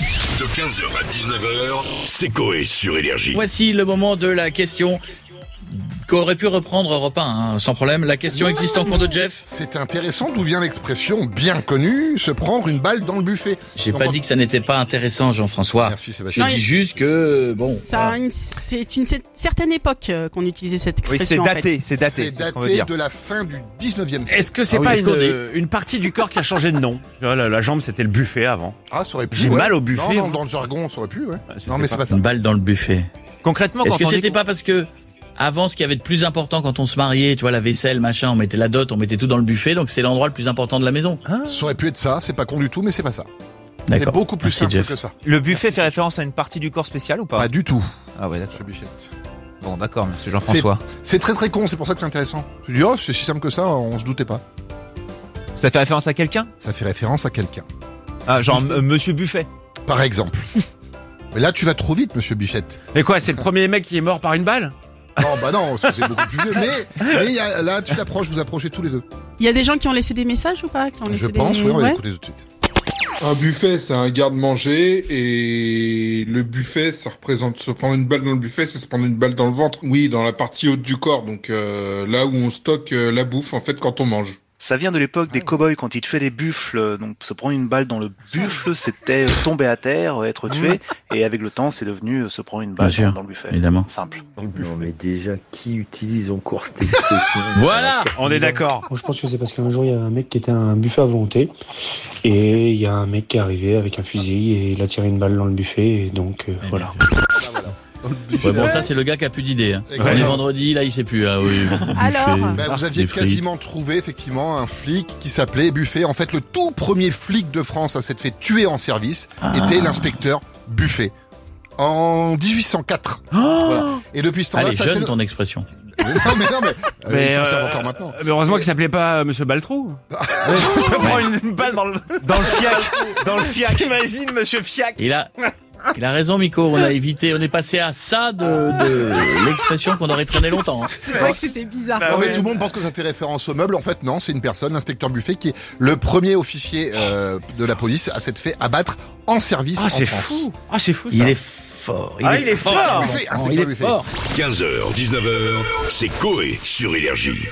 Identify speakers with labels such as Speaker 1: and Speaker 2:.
Speaker 1: De 15h à 19h, c'est Coé sur Énergie.
Speaker 2: Voici le moment de la question qu'aurait pu reprendre Europe 1, hein, sans problème. La question existe en cours de Jeff.
Speaker 3: C'est intéressant d'où vient l'expression bien connue, se prendre une balle dans le buffet.
Speaker 2: J'ai
Speaker 3: Donc,
Speaker 2: pas
Speaker 3: en-
Speaker 2: dit que ça n'était pas intéressant,
Speaker 4: Ah.
Speaker 2: Jean-François.
Speaker 3: Merci
Speaker 2: Je
Speaker 3: Sébastien.
Speaker 5: Non,
Speaker 2: dis
Speaker 5: il-
Speaker 2: juste que bon. hein.
Speaker 5: Ça, a
Speaker 2: voilà.
Speaker 5: une- c'est une cer- certaine époque euh, qu'on utilisait cette
Speaker 4: Oui, c'est
Speaker 5: expression. en fait.
Speaker 4: daté, c'est daté,
Speaker 3: C'est
Speaker 4: c'est ce qu'on veut
Speaker 3: daté
Speaker 4: dire.
Speaker 3: de la fin du 19e siècle.
Speaker 6: Est-ce que c'est
Speaker 2: Ah oui,
Speaker 6: pas
Speaker 2: est-ce
Speaker 6: une,
Speaker 2: qu'on dit
Speaker 6: euh, une partie du corps qui a changé de nom Tu vois, la, la jambe, c'était le buffet avant.
Speaker 3: Ah, ça aurait pu.
Speaker 4: J'ai
Speaker 3: ouais.
Speaker 4: mal au buffet,
Speaker 3: Non, non,
Speaker 4: hein.
Speaker 3: dans le jargon, ça aurait pu, ouais.
Speaker 4: Ouais, je
Speaker 3: Non, mais
Speaker 4: sais pas.
Speaker 3: c'est pas ça.
Speaker 2: Une balle dans le buffet.
Speaker 4: Concrètement,
Speaker 2: Est-ce
Speaker 4: quand
Speaker 2: que
Speaker 4: on
Speaker 2: c'était
Speaker 4: dit
Speaker 2: pas parce que avant, ce qu'il y avait de plus important quand on se mariait, tu vois, la vaisselle, machin, on mettait la dot, on mettait tout dans le buffet, donc c'est l'endroit le plus important de la maison.
Speaker 3: Ça aurait pu être ça, c'est pas con du tout, mais c'est pas ça. C'est
Speaker 2: D'accord.
Speaker 3: beaucoup plus
Speaker 2: Merci,
Speaker 3: simple
Speaker 2: Jeff.
Speaker 3: que ça.
Speaker 4: le buffet fait référence à une partie du corps spécial ou pas
Speaker 3: Pas du tout,
Speaker 4: Ah ouais, d'accord.
Speaker 3: monsieur Bichette.
Speaker 4: Bon, d'accord, monsieur Jean-François.
Speaker 3: C'est très très con, c'est pour ça que c'est intéressant. Tu dis, oh, c'est si simple que ça, on se doutait pas.
Speaker 4: Ça fait référence à quelqu'un
Speaker 3: Ça fait référence à quelqu'un.
Speaker 4: Ah, genre euh, monsieur Buffet.
Speaker 3: Par exemple. Mais là, tu vas trop vite, monsieur Bichette.
Speaker 6: Mais quoi, c'est le premier mec qui est mort par une balle
Speaker 3: Non, bah non, parce que c'est beaucoup plus vieux. Mais, mais il y a- là, tu t'approches, vous approchez tous les deux.
Speaker 5: Il y a des gens qui ont laissé des messages ou pas qui ont
Speaker 3: Je
Speaker 5: laissé des-
Speaker 3: pense, oui, on va
Speaker 5: Ouais.
Speaker 3: l'écouter tout de suite.
Speaker 7: Un buffet, c'est un garde-manger, et le buffet, ça représente se prendre une balle dans le buffet, c'est se prendre une balle dans le ventre. Oui, dans la partie haute du corps, donc euh, là où on stocke euh, la bouffe, en fait, quand on mange.
Speaker 8: Ça vient de l'époque des cow-boys quand ils tuaient des buffles. Donc se prendre une balle dans le buffle, c'était euh, tomber à terre, euh, être tué. Et avec le temps, c'est devenu euh, se prendre une balle
Speaker 2: Bien sûr.
Speaker 8: dans, dans le buffet.
Speaker 2: Évidemment.
Speaker 8: Simple.
Speaker 9: Non mais déjà, qui utilise encore cette expression
Speaker 2: Voilà.
Speaker 6: On est d'accord.
Speaker 10: Moi, je pense que c'est parce qu'un jour, il y avait un mec qui était à un buffet à volonté. Et il y a un mec qui est arrivé avec un fusil et il a tiré une balle dans le buffet. Et donc, euh, voilà.
Speaker 2: Ouais, bon, ça c'est le gars qui a plus d'idées. Hein. On est
Speaker 3: Exactement.
Speaker 2: vendredi, là il sait plus. Ah oui.
Speaker 5: Alors
Speaker 2: buffet,
Speaker 3: Bah, vous
Speaker 6: Ah,
Speaker 2: des
Speaker 3: aviez
Speaker 2: frites.
Speaker 3: quasiment trouvé effectivement un flic qui s'appelait Buffet. En fait, le tout premier flic de France à s'être fait tuer en service
Speaker 6: Ah.
Speaker 3: était l'inspecteur Buffet en 1804. Voilà. Et depuis ce
Speaker 6: Ah,
Speaker 3: temps-là,
Speaker 2: Allez,
Speaker 3: ça a
Speaker 2: jeune
Speaker 3: été-
Speaker 2: ton expression.
Speaker 3: Non mais non mais, euh,
Speaker 6: Mais,
Speaker 3: ils s'en
Speaker 6: euh,
Speaker 3: servent encore maintenant.
Speaker 6: Mais heureusement qu'il s'appelait pas euh, Monsieur Baltrou. Se prend une, une balle dans le.
Speaker 4: Dans le fiac, dans le fiac.
Speaker 6: Imagine Monsieur Fiac.
Speaker 2: Il a, il a raison, Miko. On a évité, on est passé à ça de, de l'expression qu'on aurait traîné longtemps. hein.
Speaker 5: C'est vrai que c'était bizarre.
Speaker 6: Ah
Speaker 3: Non, mais tout le monde pense que ça fait référence au meuble. En fait, non, c'est une personne, l'inspecteur Buffet, qui est le premier officier euh, de la police à s'être fait abattre en service
Speaker 6: Ah,
Speaker 3: en
Speaker 6: c'est
Speaker 3: France.
Speaker 6: fou. Ah, c'est fou. ça.
Speaker 2: Il est fort.
Speaker 6: Ah, il est fort.
Speaker 3: Buffet,
Speaker 2: Oh,
Speaker 3: inspecteur
Speaker 2: il est
Speaker 3: Buffet.
Speaker 2: fort.
Speaker 1: 15h, 19h, c'est Coé sur Énergie.